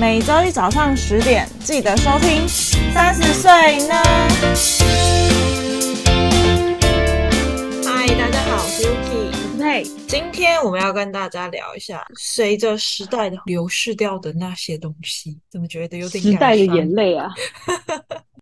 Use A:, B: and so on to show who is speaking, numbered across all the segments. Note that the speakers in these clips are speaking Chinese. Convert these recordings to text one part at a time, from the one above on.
A: 每周一早上十点记得收听。三十岁呢？嗨，大家好，我是 Yuki。
B: 对，
A: 今天我们要跟大家聊一下，随着时代的流逝掉的那些东西，怎么觉得有点
B: 时代
A: 感
B: 的
A: 伤
B: 眼泪啊，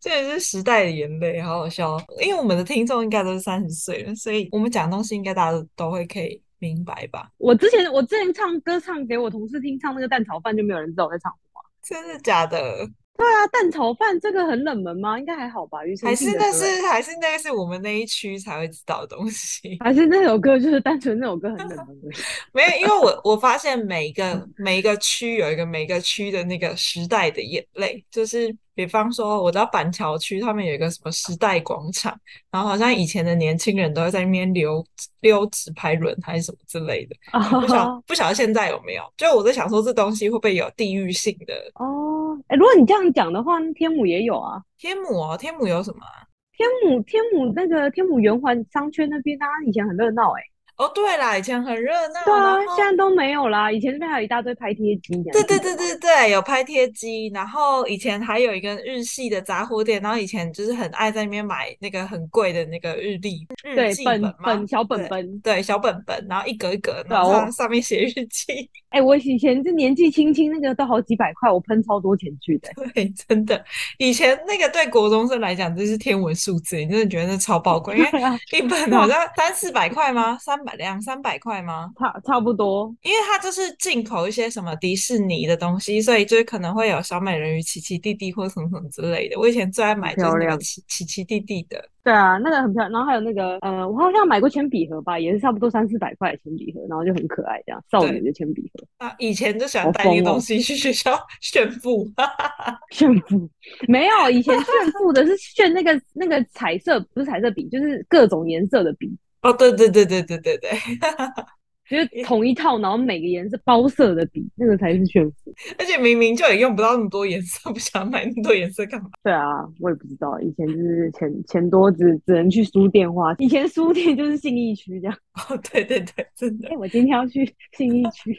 A: 这也是时代的眼泪，好好笑哦。因为我们的听众应该都是三十岁了，所以我们讲的东西应该大家都都会可以明白吧？
B: 我之前我之前唱歌唱给我同事听，唱那个蛋炒饭就没有人知道我在唱什么。
A: 真的假的？
B: 对啊，蛋炒饭这个很冷门吗？应该还好吧，庾澄
A: 还
B: 庆
A: 是
B: 的
A: 那
B: 歌
A: 是还是那是我们那一区才会知道的东西？
B: 还是那首歌就是单纯那首歌很冷门而已。
A: 没有，因为我我发现每一个每一个区有一个每一个区的那个时代的眼泪，就是比方说，我知道板桥区他们有一个什么时代广场，然后好像以前的年轻人都会在那边溜溜直排轮还是什么之类的， 不晓
B: 哦
A: 不晓得现在有没有？就我在想说，这东西会不会有地域性的？
B: 哦，哎，如果你这样讲的话，那天母也有啊。
A: 天母哦，天母有什么啊？
B: 天母，天母那个天母圆环商圈那边，大家以前很热闹哎，
A: 哦，对啦，以前很热闹，
B: 对
A: 然，
B: 啊
A: 后
B: 现在都没有啦。以前那边还有一大堆拍贴机，你还
A: 对
B: 记
A: 对
B: 得
A: 对
B: 吗
A: 对对，有拍贴机，然后以前还有一个日系的杂货店，然后以前就是很爱在那边买那个很贵的那个日历日
B: 对，
A: 记
B: 本
A: 本嘛
B: 本，小本
A: 对
B: 本。
A: 对，小本本，然后一格一格，
B: 对
A: 然
B: 啊
A: 后
B: 我
A: 上上面写日记，
B: 哎、我以前这年纪轻轻，那个都好几百块，我喷超多钱去的、
A: 对，真的，以前那个对国中生来讲就是天文数字，你真的觉得那超宝 贵，因为
B: 对啊，
A: 一本好像三四百块吗？三百两三百块吗？
B: 差差不多。
A: 因为它就是进口一些什么迪士尼的东西，所以就是可能会有小美人鱼、奇奇蒂蒂或什么什么之类的。我以前最爱买就是
B: 漂
A: 那个
B: 亮
A: 奇奇奇蒂蒂的，
B: 对啊，那个很漂亮。然后还有那个，呃，我好像买过铅笔盒吧，也是差不多三四百块的铅笔盒，然后就很可爱，这样少
A: 对
B: 女的铅笔盒，
A: 啊，以前就喜欢
B: 好
A: 带那个
B: 疯
A: 东
B: 哦
A: 西去学校 炫富，啊
B: 炫富。没有，以前炫富的是 炫那个那个彩色，不是彩色笔，就是各种颜色的笔，
A: 哦，对对对对对对对，
B: 就是同一套，然后每个颜色包色的笔，那个才是炫富。
A: 而且明明就也用不到那么多颜色，不想买那么多颜色干嘛？
B: 对啊，我也不知道，以前就是钱钱多只只能去书店花，以前书店就是信义区这样。
A: 哦，对对对，真的
B: 哎、。我今天要去信义区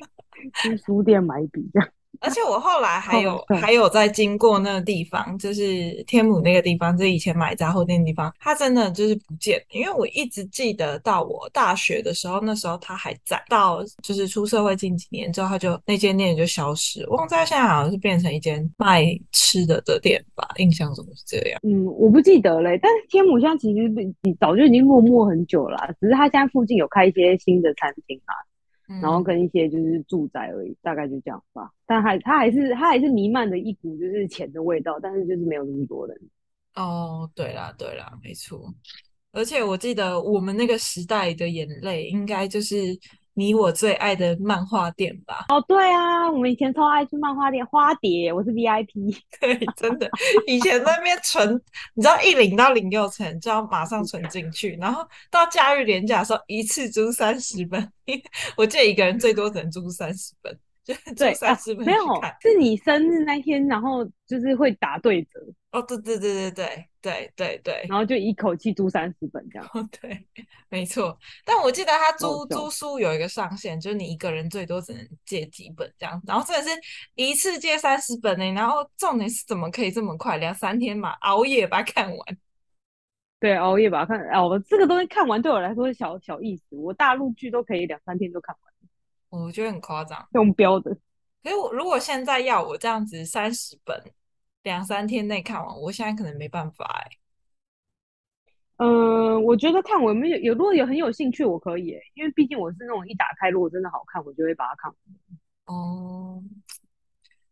B: 去书店买笔，这样
A: 而且我后来还
B: 好
A: 有
B: 对
A: 还有在经过那个地方，就是天母那个地方，就是以前买杂货店的地方，它真的就是不见了。因为我一直记得到我大学的时候，那时候它还在，到就是出社会近几年之后，它就那间店就消失了。我忘记它现在好像是变成一间卖吃的的店吧，印象中是这样。
B: 嗯，我不记得嘞。但是天母现在其实已早就已经落寞很久了啊、只是它现在附近有开一些新的餐厅啊，
A: 嗯
B: 然后跟一些就是住宅而已，大概就这样吧。但还它还是它还是弥漫着一股就是钱的味道，但是就是没有那么多人。
A: 哦，对啦，对啦，没错。而且我记得我们那个时代的眼泪，应该就是你我最爱的漫画店吧。
B: 哦，对啊，我们以前超爱去漫画店，花蝶，我 是 VIP，
A: 对，真的，以前那边存，你知道一领到零六成就要马上存进去，然后到假日连假的时候一次租三十本，我记得一个人最多只能租三十本，就是租
B: 对
A: 三
B: 啊，
A: 十本
B: 没
A: 去
B: 有，
A: 看。
B: 是你生日那天，然后就是会打对折，
A: 哦，对对对对对对对对，
B: 然后就一口气租三十本这样。
A: 哦对，没错。但我记得他
B: 好
A: 租
B: 笑
A: 租书有一个上限，就是你一个人最多只能借几本这样，然后真的是一次借三十本呢、然后重点是怎么可以这么快，两三天嘛，熬夜把它看完。
B: 对，熬夜吧，看啊，我这个东西看完对我来说是小小意思，我大陆剧都可以两三天就看完，
A: 我觉得很夸张，
B: 用标的。
A: 可是我如果现在要我这样子三十本，两三天内看完，我现在可能没办法哎、
B: 嗯、我觉得看我有没有有，如果有很有兴趣，我可以欸，因为毕竟我是那种一打开，如果真的好看，我就会把它看完，
A: 哦，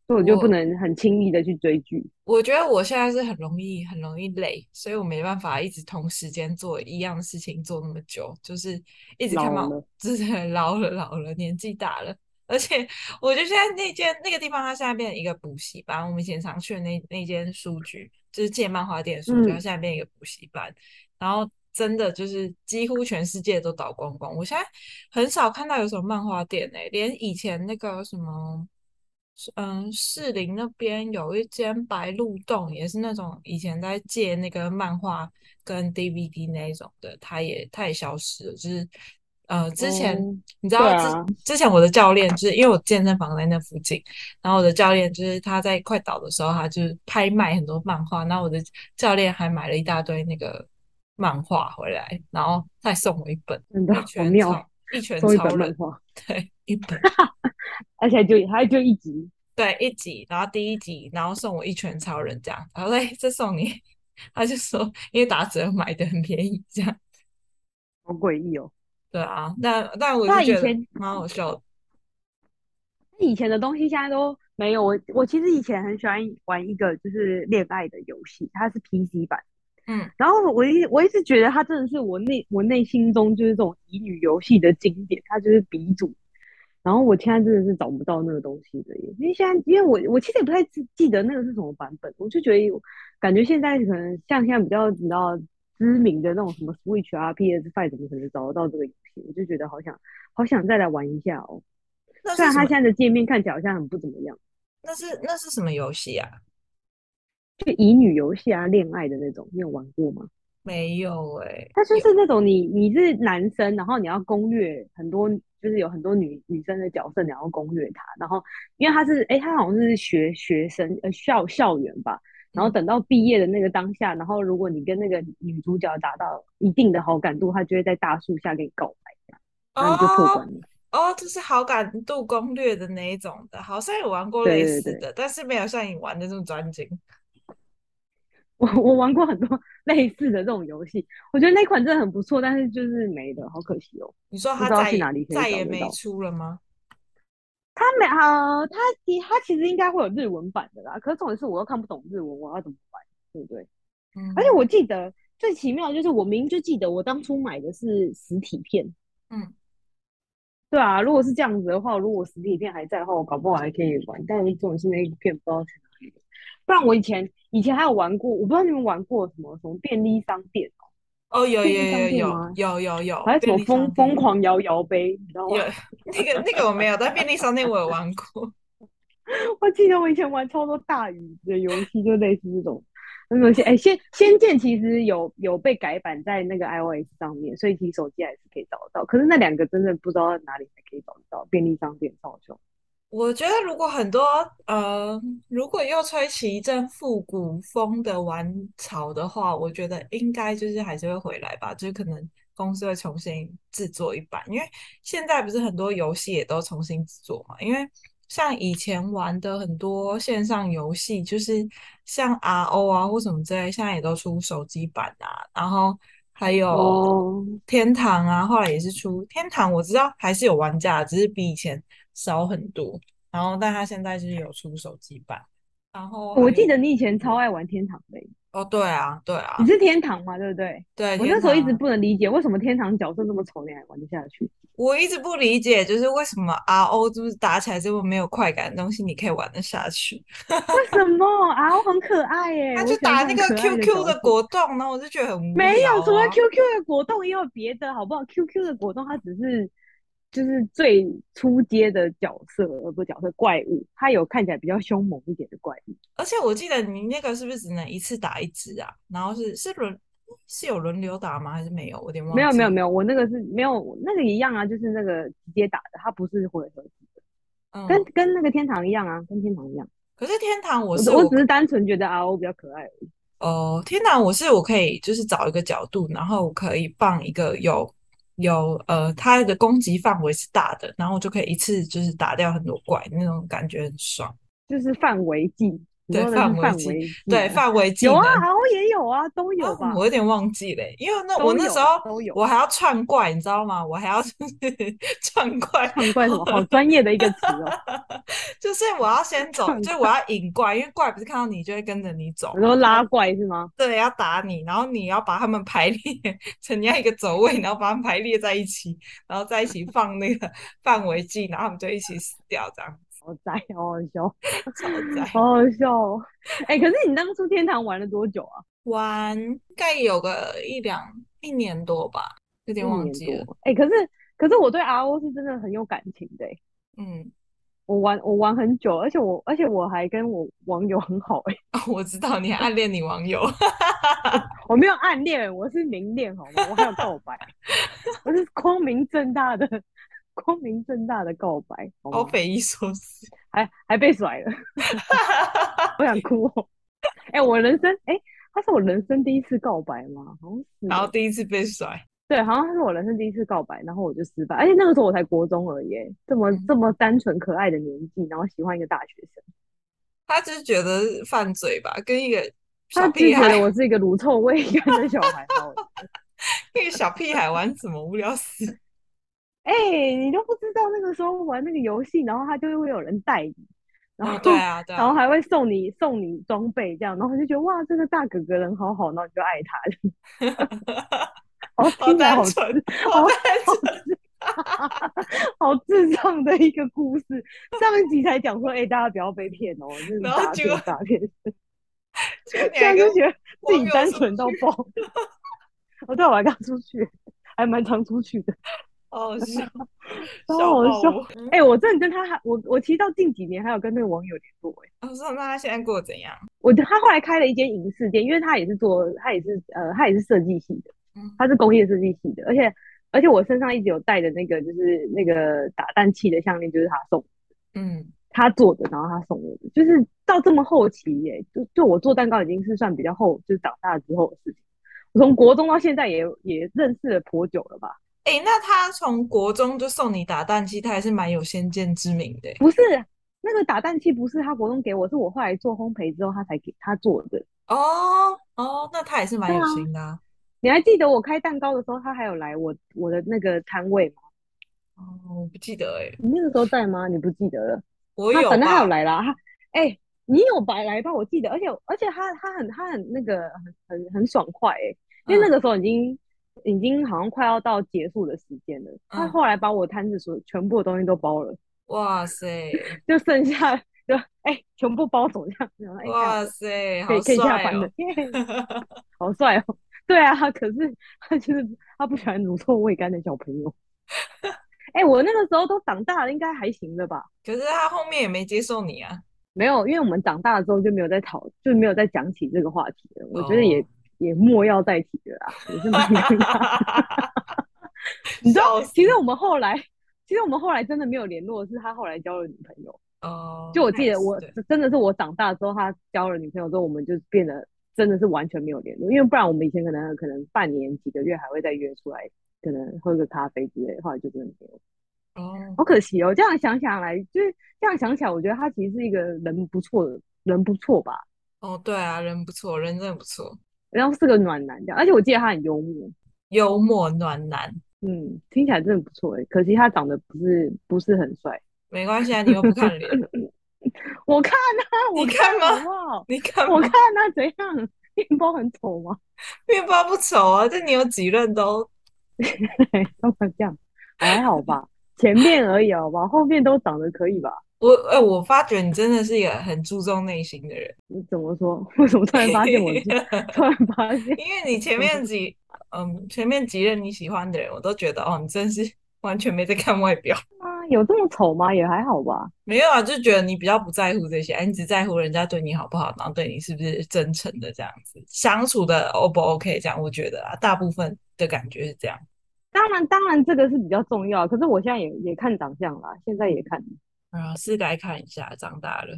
B: 所以我就不
A: 我
B: 能很轻易的去追剧。
A: 我觉得我现在是很容易很容易累，所以我没办法一直同时间做一样的事情做那么久，就是一直看
B: 老
A: 到，
B: 了，
A: 就是 老了老了，年纪大了。而且，我觉得现在那间那个地方，它现在变成一个补习班。我们以前常去的那那间书局，就是借漫画店的书局，它
B: 嗯，
A: 现在变一个补习班。然后真的就是几乎全世界都倒光光。我现在很少看到有什么漫画店诶、连以前那个什么，是嗯，士林那边有一间白鹿洞，也是那种以前在借那个漫画跟 DVD 那一种的，它也它也消失了，就是呃，之前、
B: 哦
A: 你知道
B: 对
A: 之、
B: 啊
A: 之前我的教练就是因为我健身房在那附近，然后我的教练就是他在快倒的时候，他就是拍卖很多漫画，然后我的教练还买了一大堆那个漫画回来，然后他还送我一 本，
B: 真的
A: 一
B: 好
A: 拳
B: 妙，
A: 超一拳
B: 送一
A: 超
B: 本漫
A: 人，
B: 画，
A: 对，一本，
B: 而且就还就一集，
A: 对，一集，然后第一集，然后送我一拳超人这样，然后嘞，这送你， 他就说因为打折买的很便宜这样。
B: 好诡异哦。
A: 对啊，但但我
B: 那
A: 是
B: 以
A: 觉得
B: 前
A: 蛮好笑的。
B: 以前的东西现在都没有。我我其实以前很喜欢玩一个就是恋爱的游戏，它是 PC 版。
A: 嗯，
B: 然后我一我一直觉得它真的是我内我内心中就是这种乙女游戏的经典，它就是鼻祖。然后我现在真的是找不到那个东西的耶，因为现在因为我我其实也不太记记得那个是什么版本，我就觉得有感觉现在可能像现在比较你知道知名的那种什么 Switch 啊、PS Five 怎么可能找得到这个游戏？我就觉得好想好想再来玩一下哦。
A: 那是
B: 虽然
A: 什
B: 它
A: 么？
B: 现在的界面看起来好像很不怎么样，
A: 那是那是什么游戏啊？
B: 就乙女游戏啊、恋爱的那种，你有玩过吗？
A: 没有哎、
B: 它就是那种你你是男生，然后你要攻略很多，就是有很多女女生的角色，你要攻略她。然后因为他是诶，他好像是学学生呃校校园吧。然后
A: 嗯
B: 等到毕业的那个当下，然后如果你跟那个女主角达到一定的好感度，她就会在大树下给你告白，然后你就破关
A: 哦
B: 了。
A: 哦，就是好感度攻略的那一种的，好像有玩过类
B: 对对
A: 似
B: 对，
A: 的，但是没有像你玩的这么专精。
B: 我我玩过很多 类似的这种游戏，我觉得那款真的很不错，但是就是没了，好可惜哦，
A: 你说
B: 不
A: 它
B: 知道
A: 再
B: 去哪
A: 也
B: 里可以
A: 再
B: 找
A: 也
B: 得
A: 没
B: 到。
A: 出了吗？
B: 它没呃，它其它其实应该会有日文版的啦，可是重点是我又看不懂日文，我要怎么玩，对不对？而且我
A: 嗯
B: 记得最奇妙的就是，我明明就记得我当初买的是实体片，
A: 嗯，
B: 对啊，如果是这样子的话，如果实体片还在的话，我搞不好还可以玩，但是重点是那一片不知道去哪里了。不然我以前以前还有玩过，我不知道你们玩过什么什么便利商店哦，
A: 哦，有
B: 便
A: 有
B: 利商
A: 有
B: 店
A: 有
B: 吗？
A: 有有有，
B: 还有什
A: 便
B: 么
A: 利
B: 疯
A: 商
B: 疯
A: 店
B: 狂摇摇杯，你知道
A: 有
B: 吗？
A: 那个那个我没有，但便利商店我有玩过。
B: 我记得我以前玩超多大鱼的游戏，就类似这种那种些。哎、仙仙剑其实有有被改版在那个 iOS 上面，所以其实手机还是可以找得到。可是那两个真的不知道哪里才可以找得到，便利商店超凶。
A: 我觉得如果很多呃，如果又吹起一阵复古风的玩潮的话，我觉得应该就是还是会回来吧，就是可能公司会重新制作一版，因为现在不是很多游戏也都重新制作嘛，因为像以前玩的很多线上游戏，就是像 RO 啊或什么之类，现在也都出手机版啊，然后还有
B: 哦，
A: 天堂啊，后来也是出天堂，我知道还是有玩家，只是比以前少很多。然后，但他现在就是有出手机版，然后
B: 我
A: 还
B: 记
A: 有
B: 得你以前超爱玩天堂的，欸
A: 哦，对啊，对
B: 你
A: 啊，
B: 是天堂嘛，对不对？
A: 对
B: 我那
A: 天
B: 时候一直
A: 堂，
B: 不能理解为什么天堂角色那么丑，你还玩得下去？
A: 我一直不理解，就是为什么 RO 就是打起来这么没有快感的东西，你可以玩得下去？
B: 为什么啊？我很可爱耶，
A: 他
B: 我
A: 就
B: 喜欢
A: 打
B: 看
A: 那
B: 很
A: 个
B: 可爱的
A: QQ
B: 角
A: 的
B: 色。
A: 果冻，然后我就觉得很无
B: 没有，
A: 聊
B: 除了
A: 啊。
B: QQ 的果冻，也有别的，好不好？QQ 的果冻，它只是就是最初阶的角色，而不是角色怪物。它有看起来比较凶猛一点的怪物，
A: 而且我记得你那个是不是只能一次打一只啊？然后是是轮是有轮流打吗？还是没有？我有点
B: 没
A: 忘
B: 有没有
A: 记。
B: 没有，我那个是没有那个一样啊，就是那个直接打的，它不是混合体的，跟
A: 嗯，
B: 跟那个天堂一样啊，跟天堂一样。
A: 可是天堂我
B: 我
A: 是
B: 我
A: 我
B: 只是单纯觉得 RO 比较可爱而已。
A: 哦，天哪！我是我可以就是找一个角度，然后我可以放一个有有呃，它的攻击范围是大的，然后我就可以一次就是打掉很多怪，那种感觉很爽。
B: 就是范围技，你
A: 对，
B: 说的是
A: 范围
B: 范
A: 技，
B: 围技
A: 对，
B: 能，
A: 范围
B: 有
A: 技
B: 啊
A: 能。
B: ，RO 也有啊，都
A: 啊，
B: 有吧，
A: 我有点忘记嘞，因为那我
B: 都
A: 那时
B: 有啊
A: 候
B: 都有。
A: 我还要串怪，你知道吗？我还要就是 串怪，
B: 串怪什么？好专业的一个词 哦，
A: 就是我要先走，
B: 串
A: 就是我
B: 怪。
A: 要引怪，因为怪不是看到你就会跟着你走
B: 你
A: 嘛，
B: 说
A: 他
B: 拉
A: 们
B: 怪是吗？
A: 对要打你，然后你要把他们排列 成像一个走位，然后把他们排列在一起，然后在一起放那个 范围技，然后他们就一起死掉，这样
B: 好宅，好好笑，
A: 超载。
B: 好好笑哦！哎、可是你当初天堂玩了多久啊？
A: 玩应该有个一两一年多吧，有点
B: 一
A: 忘
B: 年
A: 记了。
B: 多。哎、可是可是我对 RO 是真的很有感情的、欸，
A: 嗯，
B: 我玩我玩很久，而且我而且我还跟我网友很好哎、
A: 哦，我知道你还暗恋你网友，
B: 我没有暗恋，我是明恋好吗？我还有告白，我是光明正大的光明正大的告白，好
A: 好
B: 吗？
A: 匪夷所思。
B: 还还被甩 了，我想哭哦、哎、我人生哎、他是我人生第一次告白吗？好像是
A: 然后
B: 欸
A: 第一次被甩，
B: 对，好像是我人生第一次告白，然后我就失败，而且那个时候我才国中而已欸、这么
A: 嗯
B: 这么单纯可爱的年纪，然后喜欢一个大学生，
A: 他就是觉得犯罪吧，跟一个
B: 他
A: 小
B: 只是
A: 屁
B: 觉
A: 孩
B: 得，我是一个乳臭未干的小 孩，然后我
A: 跟一个小屁孩玩什么无聊 死。
B: 哎、你都不知道那个时候玩那个游戏，然后他就会有人带你，然后、
A: 哦，对啊，对
B: 然后
A: 啊，
B: 还会送你送你装备这样，然后就觉得哇，这个大哥哥人好好，然后你就爱他， 好
A: 好
B: 听起来
A: 单
B: 好
A: 纯， 好单纯。
B: 好智障的一个故事。上一集才讲说，哎、大家不要被骗哦，就是
A: 然后
B: 诈
A: 结
B: 骗
A: 果
B: 诈骗，
A: 结果你
B: 现在
A: 还
B: 就
A: 跟
B: 觉得
A: 我
B: 自己
A: 没有
B: 单
A: 什么
B: 纯到爆。 哦，对，我还刚出去，还蛮常出去的。
A: 好好笑，
B: 超
A: 笑
B: 好
A: 爆
B: 笑
A: 我。
B: 哎、我真的跟他还我我其实到近几年还有跟那个网友联络、哎，
A: 我说嗯那他现在过得怎样？
B: 我他后来开了一间银饰店，因为他也是做他也是呃他也是设计系的，
A: 嗯
B: 他是工业设计系的，而且而且我身上一直有带的那个就是那个打蛋器的项链，就是他送
A: 嗯，
B: 他做的，然后他送我的，就是到这么后期耶、就就我做蛋糕已经是算比较后，就是长大之后的事情。我从国中到现在也也认识了颇久了吧？
A: 哎，那他从国中就送你打蛋机，他还是蛮有先见之明的。欸
B: 不是那个打蛋器，不是他国中给我，是我后来做烘焙之后他才给他做的。
A: 哦哦，那他也是蛮
B: 对
A: 有
B: 啊
A: 心的啊。
B: 你还记得我开蛋糕的时候，他还有来我我的那个摊位吗？
A: 哦，我不记得哎，
B: 你那个时候在吗？你不记得了？
A: 我
B: 他
A: 有
B: 反正他有
A: 吧？
B: 来啦。他哎、你有白来吧？我记得，而且而且他他很他很那个很很很爽快哎、因为那
A: 嗯
B: 个时候已经已经好像快要到结束的时间了。他
A: 嗯，
B: 后来把我摊子所全部的东西都包了，
A: 哇 塞。
B: 就剩下就哎、全部包走这样，然后哎、这样
A: 哇塞，
B: 可
A: 好
B: 以可以下
A: 帅
B: 班了
A: 哦！
B: 耶。 好帅哦！ 对啊，可是他就是他不喜欢乳臭未干的小朋 友。哎、我那个时候都长大了，应该还行了吧？
A: 可是他后面也没接受你啊。
B: 没有，因为我们长大了之后就没有再讨，就没有再讲起这个话题了。我觉得也
A: 哦，
B: 也莫要再提了啦，也是蛮尴尬。 你知道，
A: 笑死！
B: 其实我们后来，其实我们后来真的没有联络，是他后来交了女朋友。
A: 哦，
B: 就我
A: 那
B: 记
A: 也
B: 得
A: 是
B: 我，
A: 对，
B: 真的是我长大之后，他交了女朋友之后，我们就变得真的是完全没有联络，因为不然我们以前可能可能半年几个月还会再约出来，可能喝个咖啡之类的，后来就真的没有。
A: 哦，
B: 好可惜哦，这样想想来，就是这样想起来，我觉得他其实是一个人不错的人，不错吧。
A: 哦，对啊，人不错，人真的不错，
B: 然后是个暖男这样，而且我记得他很幽默，
A: 幽默暖男，
B: 嗯，听起来真的不错诶。可惜他长得不是不是很帅，
A: 没关系啊，你又不看 脸，
B: 我看啊，
A: 你
B: 我
A: 看
B: 看好
A: 吗？
B: 不好？
A: 你看
B: 我
A: 吗
B: 看？啊，怎样？面包很丑吗？
A: 面包不丑啊，这你有几任都
B: 对，哎干嘛这样？还好吧，前面而已，好吧，后面都长得可以吧？
A: 我，哎，我发觉你真的是一个很注重内心的人，
B: 你嗯怎么说？ 为什么突然发现 我是？突然发现
A: 因为你前
B: 我是
A: 面几，嗯，前面几任你喜欢的人，我都觉得哦，你真是完全没在看外表。
B: 啊，有这么丑吗？也还好吧。
A: 没有啊，就觉得你比较不在乎这些，哎，你只在乎人家对你好不好，然后对你是不是真诚的这样子，相处的 O 不 OK 这样，我觉得啊，大部分的感觉是这样。
B: 当然，当然这个是比较重要，可是我现在也也看长相啦，现在也看。
A: 啊，是该看一下，长大了，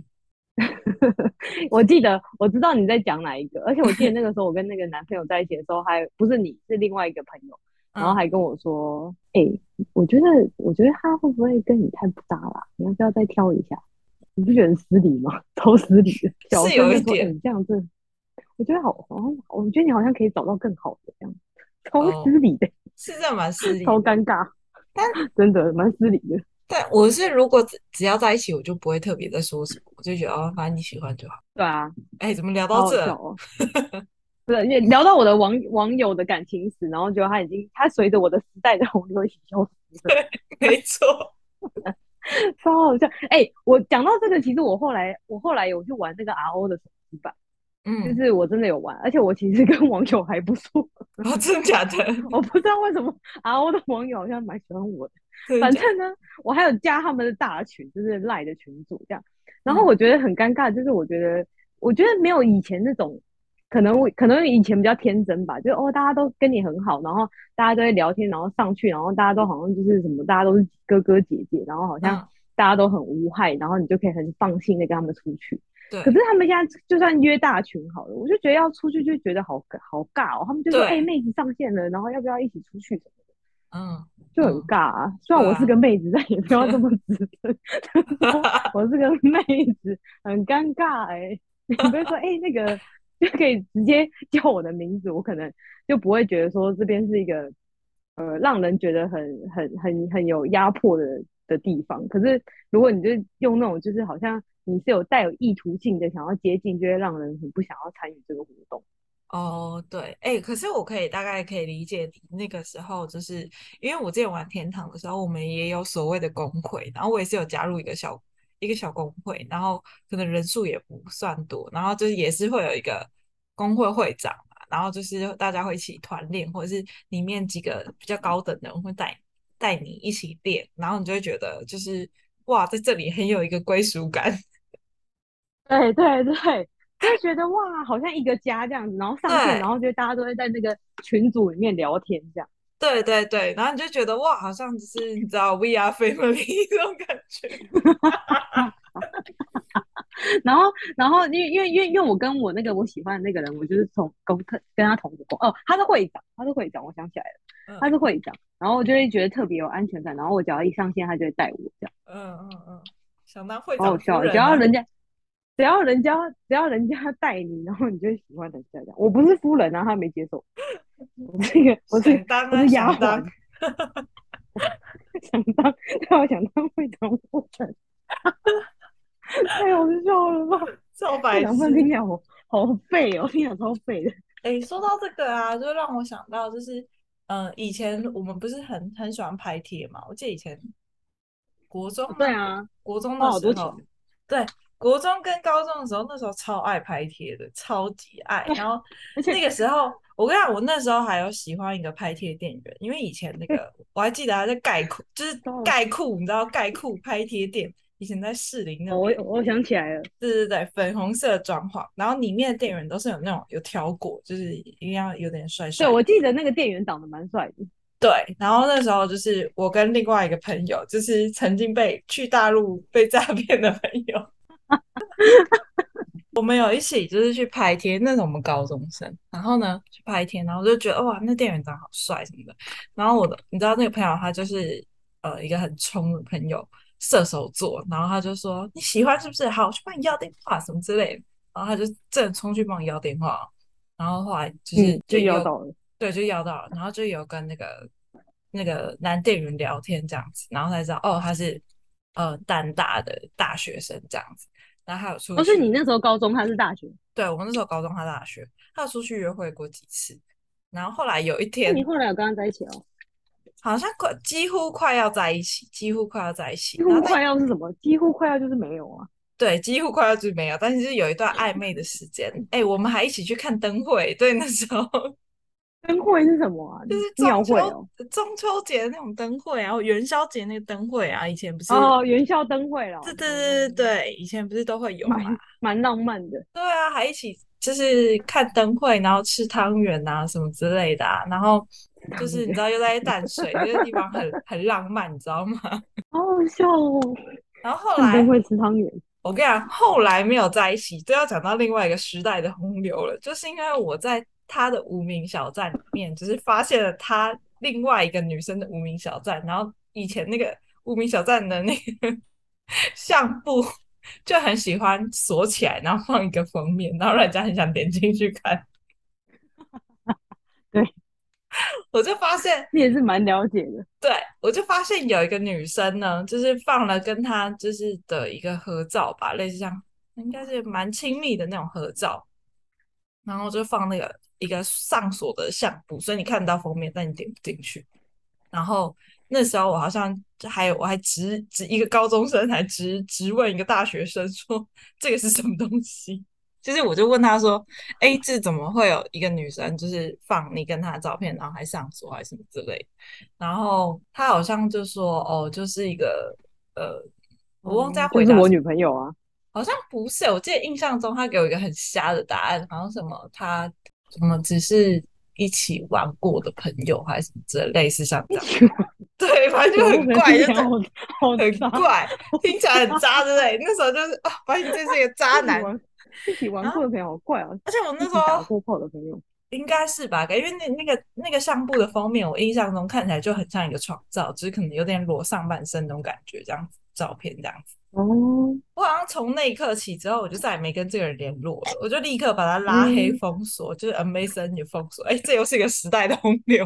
B: 我记得，我知道你在讲哪一个，而且我记得那个时候我跟那个男朋友在一起的时候还，不是你，是另外一个朋友，然后
A: 嗯，
B: 还跟我说：“哎、我觉得，我觉得他会不会跟你太不搭啦？你要不要再挑一下？”你不觉得很失礼吗？ 超失礼的，小
A: 是
B: 声
A: 有一
B: 的说：“哎、
A: 点
B: 这样子，我觉得好，好像我觉得你好像可以找到更好的这样。”超
A: 哦，
B: 失礼的，
A: 是这样蛮失 礼
B: 超
A: 的。
B: 尴尬，
A: 但
B: 真的蛮失礼的。
A: 但我是如果只只要在一起，我就不会特别在说什么，我就觉得哦，反正你喜欢就好。
B: 对啊，
A: 哎，怎么聊到
B: 好好
A: 这？
B: 笑 哦。不是，也聊到我的网网友的感情史，然后觉得他已经，他随着我的时代的洪流一起消失了。
A: 没错，
B: 超好笑！哎、我讲到这个，其实我后来我后来有去玩那个 RO 的手机版，就
A: 嗯，
B: 是我真的有玩，而且我其实跟网友还不错，
A: 哦，真的假的？
B: 我不知道为什么 RO 的网友好像蛮喜欢我的。
A: 真的
B: 反
A: 假的
B: 正呢，我还有加他们的大群，就是赖的群组这样。然
A: 嗯
B: 后我觉得很尴尬，就是我觉得，我觉得没有以前那种，可能我可能以前比较天真吧，就哦大家都跟你很好，然后大家都会聊天，然后上去，然后大家都好像就是什么，大家都是哥哥姐姐，然后好像
A: 嗯
B: 大家都很无害，然后你就可以很放心的跟他们出去。
A: 对
B: 可是他们现在就算约大群好了，我就觉得要出去就觉得好好尬哦。他们就说：“
A: 对
B: 哎、妹子上线了，然后要不要一起出去什么的？”
A: 嗯，
B: 就很
A: 嗯
B: 尬啊。虽然我是
A: 对啊
B: 个妹子，但也不要这么 直接。我是个妹子，很尴尬哎、 你不会说：“哎、那个就可以直接叫我的名字，我可能就不会觉得说这边是一个呃让人觉得很很很很有压迫的的地方。可是如果你就是用那种就是好像你是有带有意图性的想要接近，就会让人很不想要参与这个活动。
A: 哦，对，哎、可是我可以大概可以理解你那个时候，就是因为我之前玩天堂的时候，我们也有所谓的工会，然后我也是有加入一个小一个小工会，然后可能人数也不算多，然后就是也是会有一个工会会长嘛，然后就是大家会一起团练，或者是里面几个比较高等的人会带带你一起练，然后你就会觉得就是哇，在这里很有一个归属感。
B: 对对对，就会觉得哇，好像一个家这样子，然后上线，
A: 对
B: 然后就大家都会在那个群组里面聊天这样。
A: 对对对，然后你就觉得哇，好像就是你知道 We are family 这种感觉。
B: 然后，然后因为因为因为因为我跟我那个我喜欢的那个人，我就是从跟他跟他同过哦，他是会长，他是会长，我想起来了，他
A: 嗯
B: 是会长，然后我就会觉得特别有安全感，然后我只要一上线，他就会带我这样，
A: 嗯嗯嗯，想当会
B: 好好
A: 长
B: 笑
A: 夫
B: 哦，
A: 人
B: 只要
A: 啊，
B: 人家只要人家只要人家带你，然后你就会喜欢人家这样。我不是夫人啊，他没接 受，我是一个我是
A: 想当
B: 我
A: 啊
B: 是丫
A: 想
B: 鬟
A: 当，，
B: 想当 他好想当会长夫人，太好笑了吧！
A: 超
B: 这
A: 白
B: 两
A: 痴。
B: 份听起来好好废哦，听起来超废的。
A: 诶，说到这个啊，就让我想到就是，呃，以前我们不是很很喜欢拍贴嘛？我记得以前国中
B: 对
A: 吗
B: 啊，
A: 国中
B: 花
A: 的
B: 好
A: 时
B: 多钱
A: 候，对，国中跟高中的时候，那时候超爱拍贴的，超级爱。然后
B: 而且
A: 那个时候，我跟你讲，我那时候还有喜欢一个拍贴店员，因为以前那 个我还记得他在盖库，就是
B: 超好
A: 盖库，你知道盖库拍贴店，以前在士林那
B: 哦，我
A: 边。
B: 我想起来了，
A: 对对对，粉红色的装潢，然后里面的店员都是有那种有挑过，就是一定要有点帅帅
B: 对
A: 的。
B: 啊我记得那个店员长得蛮帅的，
A: 对，然后那时候就是我跟另外一个朋友，就是曾经被去大陆被诈骗的朋友，我们有一起就是去拍贴，那时候我们高中生，然后呢去拍贴，然后我就觉得哇，那店员长好帅什么的。然后我的，你知道那个朋友他就是呃一个很冲的朋友，射手座，然后他就说你喜欢是不是？好，我去帮你要电话什么之类的。然后他就真的冲去帮我要电话，哦然后后来就是
B: 嗯，
A: 就
B: 就要
A: 有
B: 到了。
A: 对，就要到了，然后就有跟那个那个男店员聊天这样子，然后才知道哦，他是呃淡大的大学生这样子，然后还有出
B: 哦，是
A: 去，
B: 你那时候高中，他是大学，
A: 对我那时候高中，他大学，他有出去约会过几次，然后后来有一
B: 那
A: 天
B: 你后来有跟他在一起哦？
A: 好像快几乎快要在一起，几乎快要在一起，
B: 几
A: 然后
B: 乎
A: 但
B: 快要是什么？几乎快要就是没有啊！
A: 对几乎快要就没有，但是就有一段暧昧的时间，哎，我们还一起去看灯会，对，那时候
B: 灯会是什么啊？
A: 就是中
B: 庙
A: 秋
B: 会哦，
A: 中秋节那种灯会啊，然后元宵节那个灯会啊，以前不是。
B: 哦，元宵灯会
A: 对
B: 哦，
A: 对对
B: 哦
A: 对，以前不是都会有嘛？
B: 蛮蛮浪漫的。
A: 对啊，还一起就是看灯会，然后吃汤圆啊什么之类的啊，然后就是你知道又在淡水那个地方很很浪漫，你知道吗？
B: 好好笑哦，
A: 然后后
B: 看灯
A: 来
B: 会吃汤圆，
A: 我跟你讲，后来没有在一起，这要讲到另外一个时代的洪流了，就是因为我在他的无名小站里面，就是发现了他另外一个女生的无名小站，然后以前那个无名小站的那个 相簿就很喜欢锁起来，然后放一个封面，然后让人家很想点进去看。
B: 对，
A: 我就发现
B: 你也是蛮了解的。
A: 对，我就发现有一个女生呢，就是放了跟她就是的一个合照吧，类似像应该是蛮亲密的那种合照，然后就放那个一个上锁的相簿，所以你看得到封面，但你点不进去。然后那时候我好像就还有我还直直一个高中生还直直问一个大学生说这个是什么东西， 就是我就问他说，哎，这怎么会有一个女生就是放你跟她的照片，然后还上锁还是什么之类的？然后他好像就说，哦，就是一个呃，我忘记他
B: 嗯就
A: 回
B: 是
A: 答
B: 我
A: 什么
B: 女朋友啊，
A: 好像不是，我记得印象中他给我一个很瞎的答案，好像什么他什么只是一起玩过的朋友，还是什么之类，类似像这样，对，反正就很怪，就
B: 好
A: 是
B: 好渣
A: 很怪，听起来很渣之类。那时候就是啊，发现这是一个渣男，啊而
B: 一起玩过的朋友好怪哦，
A: 且我
B: 一
A: 那
B: 起
A: 时
B: 打
A: 候
B: 过炮的朋友，
A: 应该是吧，因为那那个那个相簿的封面，我印象中看起来就很像一个床照，只是可能有点裸上半身那种感觉，这样子照片这样子。
B: 哦，
A: 我好像从那一刻起之后，我就再也没跟这个人联络了，我就立刻把他拉黑
B: 嗯
A: 封锁，就是 Amazon 也封锁。哎、这又是一个时代的洪流。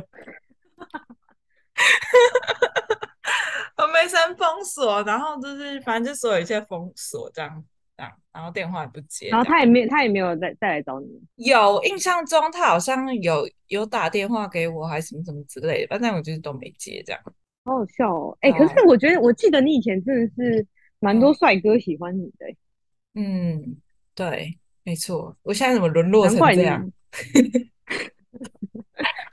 A: Amazon 封锁，然后就是反正就所有一切封锁这样这样，然后电话也不接
B: 然后
A: 这样。
B: 他也没他也没有再再来找你，
A: 有印象中他好像有有打电话给我，还是什么什么之类的，反正我就是都没接这样。
B: 好好笑哦，哎，
A: 哦
B: 可是我觉得我记得你以前真的是蛮多帅哥喜欢你的，哎
A: 嗯，对，没错，我现在怎么沦落
B: 难
A: 成
B: 怪
A: 这
B: 你
A: 样？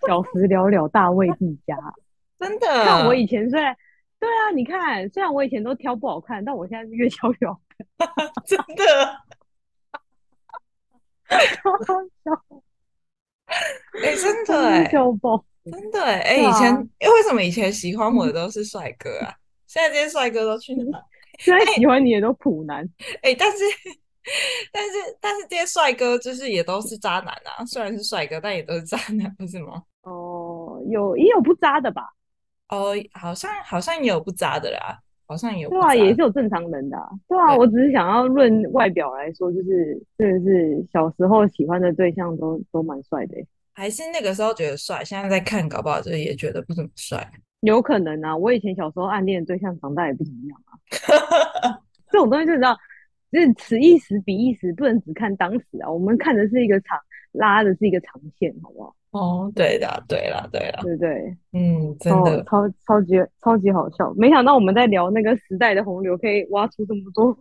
B: 小时了了，大未必佳。
A: 真
B: 像我
A: 的，
B: 以前虽然，对啊，你看，虽然我以前都挑不好看，但我现在是越挑越好
A: 真的。
B: 看，超好笑，
A: 哎、真的
B: 真
A: 哎、
B: 的笑爆。
A: 真的哎、欸
B: 对
A: 以
B: 啊嗯
A: 前、欸为什么以前喜欢我的都是帅哥啊？现在这些帅哥都去哪？
B: 虽然喜欢你也都普男，
A: 哎、但是但是但是这些帅哥就是也都是渣男啊，虽然是帅哥，但也都是渣男，不是吗？
B: 哦，有也有不渣的吧？
A: 哦，好像好像也有不渣的啦，好像也有
B: 对
A: 不
B: 啊，
A: 渣
B: 也
A: 的。
B: 是有正常人的啊。对啊，
A: 对
B: 我只是想要论外表来说，就是真的是小时候喜欢的对象都都蛮帅的欸，
A: 还是那个时候觉得帅，现在再看搞不好就是也觉得不怎么帅。
B: 有可能啊。我以前小时候暗恋的对象长大也不怎么样啊。 这种东西就你知道，就是此一时彼一时，不能只看当时啊。我们看的是一个长，拉的是一个长线，好不好？
A: 哦，对的，对啦，对啦，
B: 对不对？
A: 嗯，真
B: 超
A: 的，
B: 超超级超级好笑，没想到我们在聊那个时代的洪流，可以挖出这么多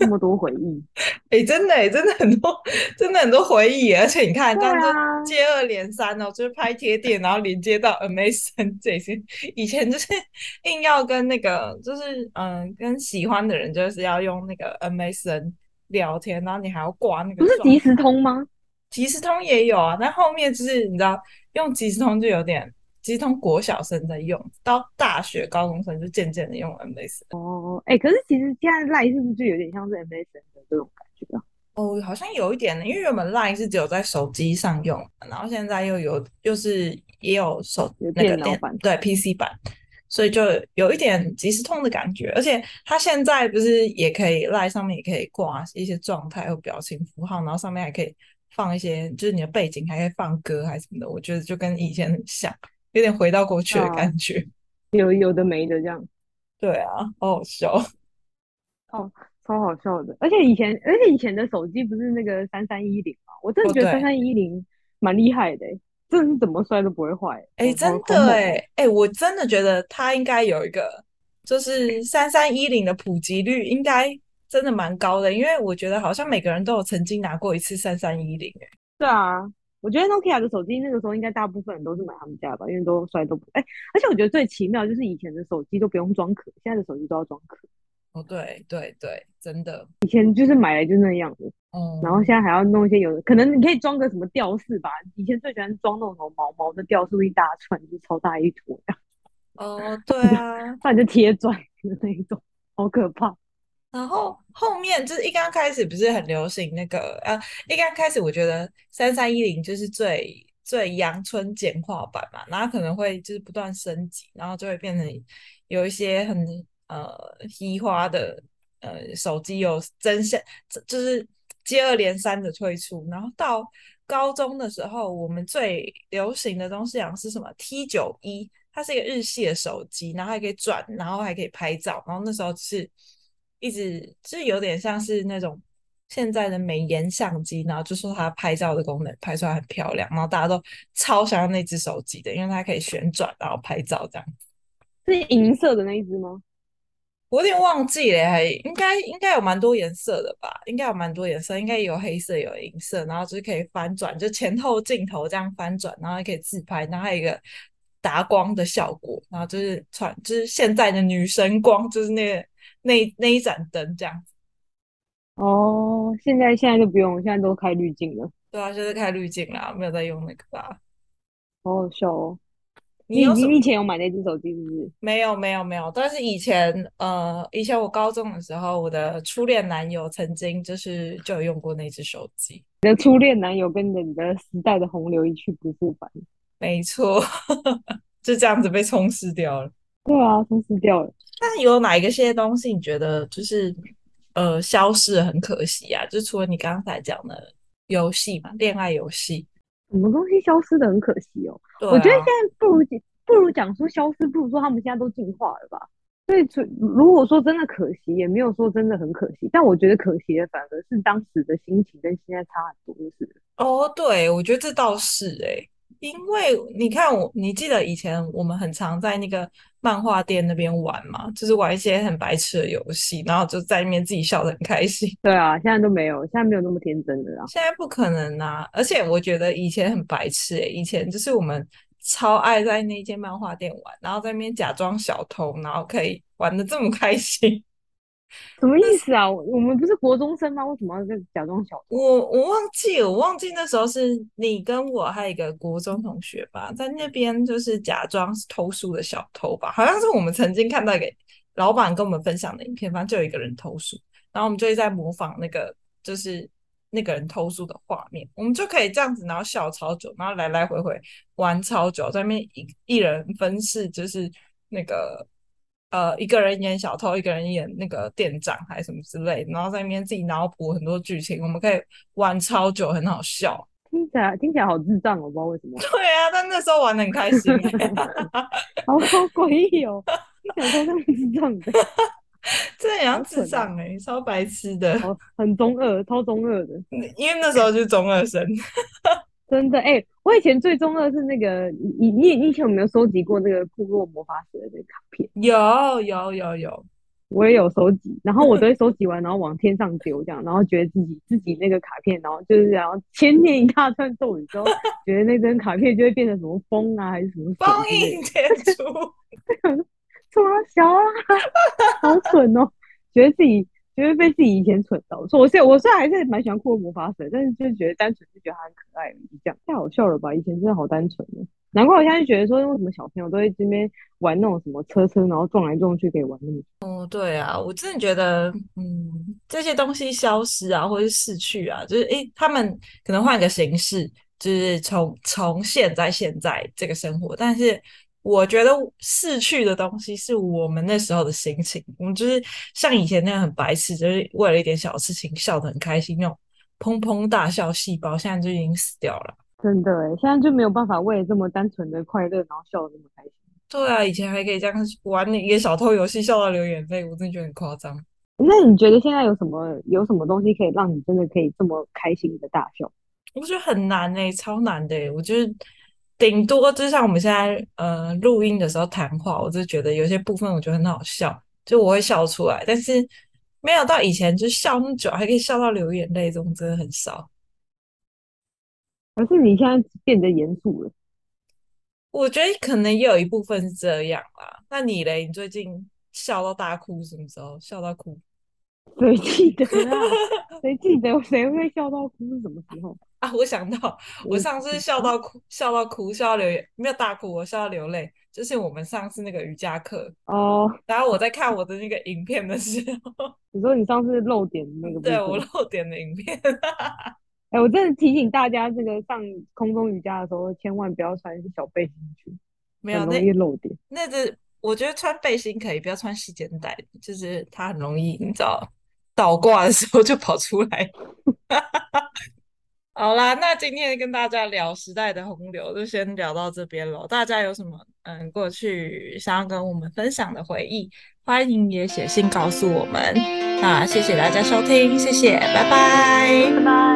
B: 这么多回 忆。
A: 哎、真的、欸，真的很多，真的很多回忆欸，而且你看，
B: 对
A: 这样就
B: 啊，
A: 接二连三哦，就是拍 贴店，然后连接到 Amazon 这些。以前就是 硬要跟那个，就是嗯，跟喜欢的人，就是要用那个 Amazon 聊天，然后你还要挂那个
B: 不是
A: 状
B: 即时通吗？
A: 即时通也有啊，但后面就是你知道，用即时通就有点，即时通国小生在用，到大学高中生就渐渐的用 Amazon。
B: 哦，哎、可是其实现在赖是不是就有点像是 MSN 的这种感觉啊？
A: 哦，好像有一点呢，因为原本 Line 是只有在手机上用嘛，然后现在又有，又是也有手
B: 有
A: 那个
B: 电脑
A: 电，
B: 版
A: 对 PC 版，所以就有一点即时通的感觉。而且它现在不是也可以 Line 上面也可以挂一些状态和表情符号，然后上面还可以放一些，就是你的背景还可以放歌还是什么的，我觉得就跟以前很像，有点回到过去的
B: 啊，
A: 感觉。
B: 有有的没的这样，
A: 对啊，好好笑。
B: 哦，超好笑的。而且以前，而且以前的手机不是那个三三一零嘛，我真的
A: 哦，
B: 觉得三
A: 对。
B: 三一零蛮厉害的、欸，真的是怎么摔都不会坏、欸，
A: 哎、
B: 好
A: 真
B: 好好
A: 的
B: 猛
A: 哎、
B: 哦、
A: 哎、我真的觉得它应该有一个，就是三三一零的普及率应该真的蛮高的，因为我觉得好像每个人都有曾经拿过一次三三一零。
B: 对啊，我觉得 Nokia 的手机那个时候应该大部分人都是买他们家的吧，因为都摔都不，哎、而且我觉得最奇妙就是以前的手机都不用装壳，现在的手机都要装壳，
A: 哦，对对对，真的，
B: 以前就是买来就那样子，然后
A: 哦、
B: 现在还要弄一些有的，可能你可以装个什么吊饰吧，以前最喜欢装那种什么毛毛的吊饰，一大串就是超大一坨，
A: 哦，对啊。
B: 不然就贴砖的那一种，好可怕。
A: 然后后面就是一刚开始不是很流行那个啊，一刚开始我觉得三三一零就是最最阳春简化版嘛，然后可能会就是不断升级，然后就会变成有一些很呃嘻花的呃手机有真相，就是接二连三的推出，然后到高中的时候，我们最流行的东西好像是什么 T 九一。它是一个日系的手机，然后还可以转，然后还可以拍照，然后那时候就是一直就是有点像是那种现在的美颜相机，然后就说它拍照的功能拍出来很漂亮，然后大家都超想要那只手机的，因为它可以旋转然后拍照这样。
B: 是银色的那一只吗？
A: 我有点忘记了，还应该应该有蛮多颜色的吧？应该有蛮多颜色，应该有黑色，有银色，然后就是可以翻转，就前后镜头这样翻转，然后也可以自拍，然后还有一个打光的效果，然后就是传，就是现在的女神光，就是那个那那一盏灯这样子。
B: 哦，现在现在就不用，现在都开滤镜了，
A: 对啊，就是开滤镜啦，没有在用那个啦。
B: 好好笑哦。
A: 你
B: 你
A: 有什
B: 你
A: 么？
B: 以前有买那只手机是不是？
A: 没有没有没有，但是以前呃，以前我高中的时候，我的初恋男友曾经就是就有用过那只手机，
B: 你的初恋男友跟你的你的时代的洪流一去不复返。
A: 没错， 就这样子被冲失掉了。
B: 对啊，冲失掉了。
A: 那有哪一个些东西你觉得就是呃消失得很可惜啊？就除了你刚才讲的游戏嘛，恋爱游戏，
B: 什么东西消失的很可惜哦。我
A: 对
B: 觉得现
A: 啊，
B: 在不如不如讲说消失，不如说他们现在都进化了吧。所以除，如果说真的可惜，也没有说真的很可惜。但我觉得可惜的反而是当时的心情跟现在差很多，就是了
A: 哦，对，我觉得这倒是诶、因为你看我，你记得以前我们很常在那个漫画店那边玩嘛，就是玩一些很白痴的游戏，然后就在那边自己笑得很开心。
B: 对啊，现在都没有，现在没有那么天真了啦。
A: 现在不可能啊！而且我觉得以前很白痴诶、以前就是我们超爱在那间漫画店玩，然后在那边假装小偷，然后可以玩的这么开心。
B: 什么意思啊？我我们不是国中生吗？为什么要再假装小偷？
A: 我我忘记了，我忘记那时候是你跟我还有一个国中同学吧，在那边就是假装是偷书的小偷吧，好像是我们曾经看到一个老板跟我们分享的影片，反正就有一个人偷书，然后我们就一直在模仿那个就是那个人偷书的画面，我们就可以这样子，然后笑超久，然后来来回回玩超久，在那边一一人分饰就是那个呃，一个人演小偷，一个人演那个店长还是什么之类的，然后在那边自己脑补很多剧情，我们可以玩超久，很好笑。
B: 听起来听起来好智障哦，我不知道为什么，
A: 对啊，但那时候玩的很开心欸，
B: 好好诡异哦，听起来超像智障的，
A: 真的像
B: 好
A: 智
B: 蠢哦，
A: 障哎、超白痴 的。
B: 好哦很中二，超中二的。
A: 因为那时候就是中二生，
B: 真的，哎、我以前最中二是那个，你你你以前有没有收集过那个部落魔法使的那个卡片？
A: 有有有有，
B: 我也有收集，然后我都会收集完，然后往天上丢，这样，然后觉得自己自己那个卡片，然后就是然后千念一大串咒语之后，觉得那张卡片就会变成什么风啊，还是什么
A: 封
B: 水之类
A: 印
B: 的，
A: 天珠。
B: 冲啊小啊，好蠢哦，觉得自己觉得被自己以前蠢到，所以我现在我虽然还是蛮喜欢库洛魔法使，但是就是觉得单纯就觉得它很可爱而已，这样太好笑了吧？以前真的好单纯哦，难怪我现在就觉得说为什么小朋友都会这边玩那种什么车车，然后撞来撞去可以玩那么久，
A: 哦，对啊，我真的觉得，嗯，这些东西消失啊，或是逝去啊，就是诶，他们可能换个形式，就是重重现在现在这个生活，但是我觉得逝去的东西是我们那时候的心情，我们就是像以前那样很白痴，就是为了一点小事情笑得很开心那种砰砰大笑细胞，现在就已经死掉了。
B: 真的诶，欸现在就没有办法为了这么单纯的快乐，然后笑得那么开心。
A: 对啊，以前还可以这样玩一个小偷游戏，笑到流眼泪，我真的觉得很夸张。
B: 那你觉得现在有什么有什么东西可以让你真的可以这么开心的大笑？
A: 我觉得很难诶、超难的、欸。我就是顶多就像我们现在呃录音的时候谈话，我就觉得有些部分我觉得很好笑，就我会笑出来，但是没有到以前就笑那么久，还可以笑到流眼泪，这种真的很少。
B: 可是你现在变得严肃了，
A: 我觉得可能也有一部分是这样啦。那你嘞？你最近笑到大哭什么时候？笑到哭？
B: 谁记得啊？谁记得谁会笑到哭是什么时候？
A: 啊，我想到我
B: 我
A: 上次笑
B: 啊，
A: 到哭，笑到哭，笑到流眼，没有大哭，我笑到流泪，就是我们上次那个瑜伽课。
B: 哦，
A: 然后我在看我的那个影片的时候，
B: 你说你上次漏点的那个
A: 对，
B: 部
A: 我
B: 分，
A: 漏点的影 片，
B: 哎，我真的提醒大家，这个上空中瑜伽的时候，千万不要穿小背心去，
A: 没有
B: 很
A: 那
B: 容易漏点。
A: 那只，我觉得穿背心可以，不要穿细肩带，就是它很容易，你知道，倒挂的时候就跑出来。 好啦，那今天跟大家聊时代的洪流，就先聊到这边喽。大家有什么嗯过去想要跟我们分享的回忆，欢迎也写信告诉我们。那谢谢大家收听，谢谢，拜拜。
B: 拜拜。